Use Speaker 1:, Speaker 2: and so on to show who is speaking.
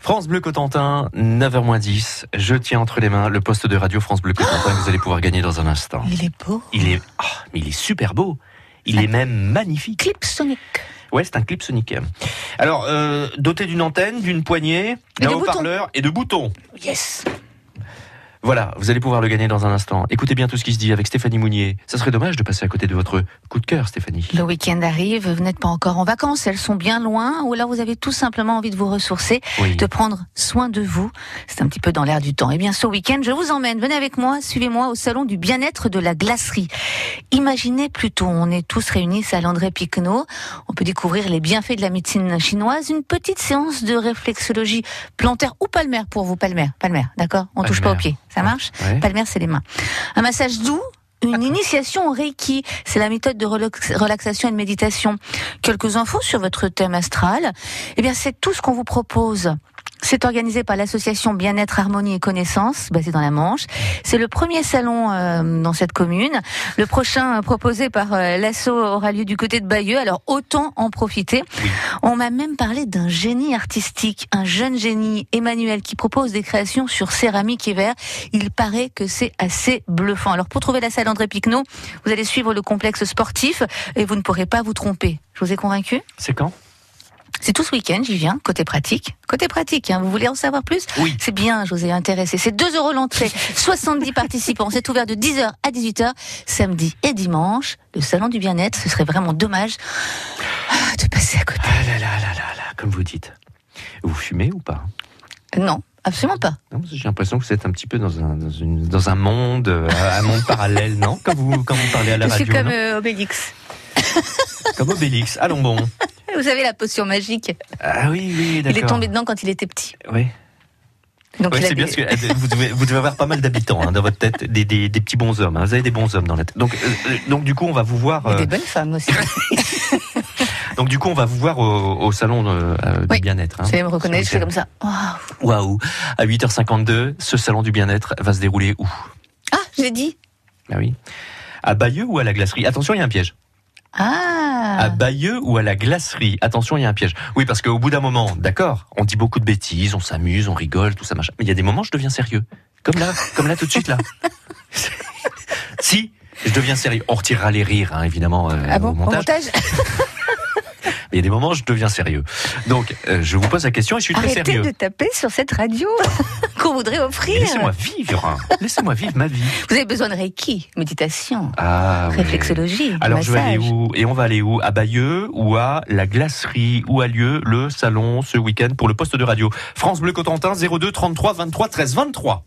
Speaker 1: France Bleu Cotentin, 9h10. Je tiens entre les mains le poste de radio France Bleu Cotentin que vous allez pouvoir gagner dans un instant.
Speaker 2: Il est beau.
Speaker 1: Il est, ah, mais il est super beau. Il est même magnifique.
Speaker 2: Clip Sonic.
Speaker 1: Ouais, c'est un clip Sonic. Alors, euh, doté d'une antenne, d'une poignée, d'un
Speaker 2: de boutons.
Speaker 1: haut-parleur et de boutons.
Speaker 2: Yes.
Speaker 1: Voilà, vous allez pouvoir le gagner dans un instant. Écoutez bien tout ce qui se dit avec Stéphanie Mounier. Ça serait dommage de passer à côté de votre coup de cœur, Stéphanie.
Speaker 2: Le week-end arrive, vous n'êtes pas encore en vacances, elles sont bien loin, ou alors vous avez tout simplement envie de vous ressourcer,
Speaker 1: Oui.
Speaker 2: de prendre soin de vous. C'est un petit peu dans l'air du temps. Eh bien, ce week-end, je vous emmène, venez avec moi, suivez-moi au salon du bien-être de la glacerie. Imaginez plutôt, on est tous réunis à l'André Piquenot, on peut découvrir les bienfaits de la médecine chinoise, une petite séance de réflexologie plantaire ou palmaire pour vous, palmaire, palmaire, d'accord On touche pas aux
Speaker 1: Palmaire.
Speaker 2: pieds, ça marche
Speaker 1: Ouais.
Speaker 2: Palmer, c'est les mains. Un massage doux. Une initiation au Reiki, c'est la méthode de relax- relaxation et de méditation. Quelques infos sur votre thème astral. Eh bien, c'est tout ce qu'on vous propose. C'est organisé par l'association Bien-être, Harmonie et Connaissance, basée dans la Manche. C'est le premier salon euh, dans cette commune. Le prochain euh, proposé par euh, l'asso aura lieu du côté de Bayeux, alors autant en profiter. On m'a même parlé d'un génie artistique, un jeune génie, Emmanuel, qui propose des créations sur céramique et verre. Il paraît que c'est assez bluffant. Alors pour trouver la salle André Piquenot, vous allez suivre le complexe sportif et vous ne pourrez pas vous tromper. Je vous ai convaincu
Speaker 1: C'est quand
Speaker 2: C'est tout ce week-end, j'y viens. Côté pratique, côté pratique. hein. Vous voulez en savoir plus
Speaker 1: Oui.
Speaker 2: C'est bien, je vous ai intéressé. C'est 2 euros l'entrée, 70 participants. C'est ouvert de 10h à 18h, samedi et dimanche. Le salon du bien-être, ce serait vraiment dommage ah, de passer à côté.
Speaker 1: Ah là là là là là, comme vous dites. Vous fumez ou pas
Speaker 2: Non, absolument pas.
Speaker 1: Non, parce que J'ai l'impression que vous êtes un petit peu dans un, dans une- dans un monde, euh, un monde parallèle, non quand vous, quand vous parlez à la
Speaker 2: Je suis
Speaker 1: radio,
Speaker 2: comme
Speaker 1: non
Speaker 2: euh, Obélix.
Speaker 1: comme Obélix. Allons bon.
Speaker 2: Vous savez la potion magique
Speaker 1: Ah oui, oui, d'accord.
Speaker 2: Il est tombé dedans quand il était petit.
Speaker 1: Oui,
Speaker 2: Donc
Speaker 1: Oui,
Speaker 2: il a
Speaker 1: c'est bien
Speaker 2: des-
Speaker 1: parce que euh, vous devez, vous devez avoir pas mal d'habitants hein, dans votre tête, des, des, des petits bons hommes. hein. Vous avez des bons hommes dans la tête. Donc, euh, euh, donc du coup, on va vous voir.
Speaker 2: il y a
Speaker 1: euh,
Speaker 2: des bonnes femmes aussi. Vous
Speaker 1: donc du coup, on va vous voir au, au salon euh, euh, du
Speaker 2: Oui.
Speaker 1: bien-être. hein.
Speaker 2: allez me reconnaître, je
Speaker 1: C'est
Speaker 2: fais
Speaker 1: le
Speaker 2: comme ça. Waouh.
Speaker 1: Waouh À 8h52, ce salon du bien-être va se dérouler où
Speaker 2: Ah, je l'ai dit.
Speaker 1: Ah oui. À Bayeux ou à la glacerie Attention, il y a un piège. À
Speaker 2: Ah.
Speaker 1: Bayeux ou à la glacerie Attention, il y a un piège. Oui, parce qu'au bout d'un moment, d'accord, on dit beaucoup de bêtises, on s'amuse, on rigole, tout ça machin. Mais il y a des moments, je deviens sérieux. Comme là, comme là tout de suite là. si. Je deviens sérieux. On retirera les rires, hein, évidemment, euh,
Speaker 2: Ah bon,
Speaker 1: au
Speaker 2: au
Speaker 1: montage.
Speaker 2: montage
Speaker 1: Mais il y a des moments, je deviens sérieux. Donc, euh, je vous pose la question et je suis très
Speaker 2: Arrêtez
Speaker 1: sérieux.
Speaker 2: de taper sur cette radio qu'on voudrait
Speaker 1: Mais
Speaker 2: offrir.
Speaker 1: Laissez-moi vivre. hein. Laissez-moi vivre ma vie.
Speaker 2: Vous avez besoin de Reiki, méditation,
Speaker 1: Ah, oui.
Speaker 2: réflexologie,
Speaker 1: Alors je vais
Speaker 2: massage.
Speaker 1: aller où Et on va aller où À Bayeux ou à la glacerie Où a lieu le salon ce week-end pour le poste de radio France Bleu Cotentin 02 33 23 13 23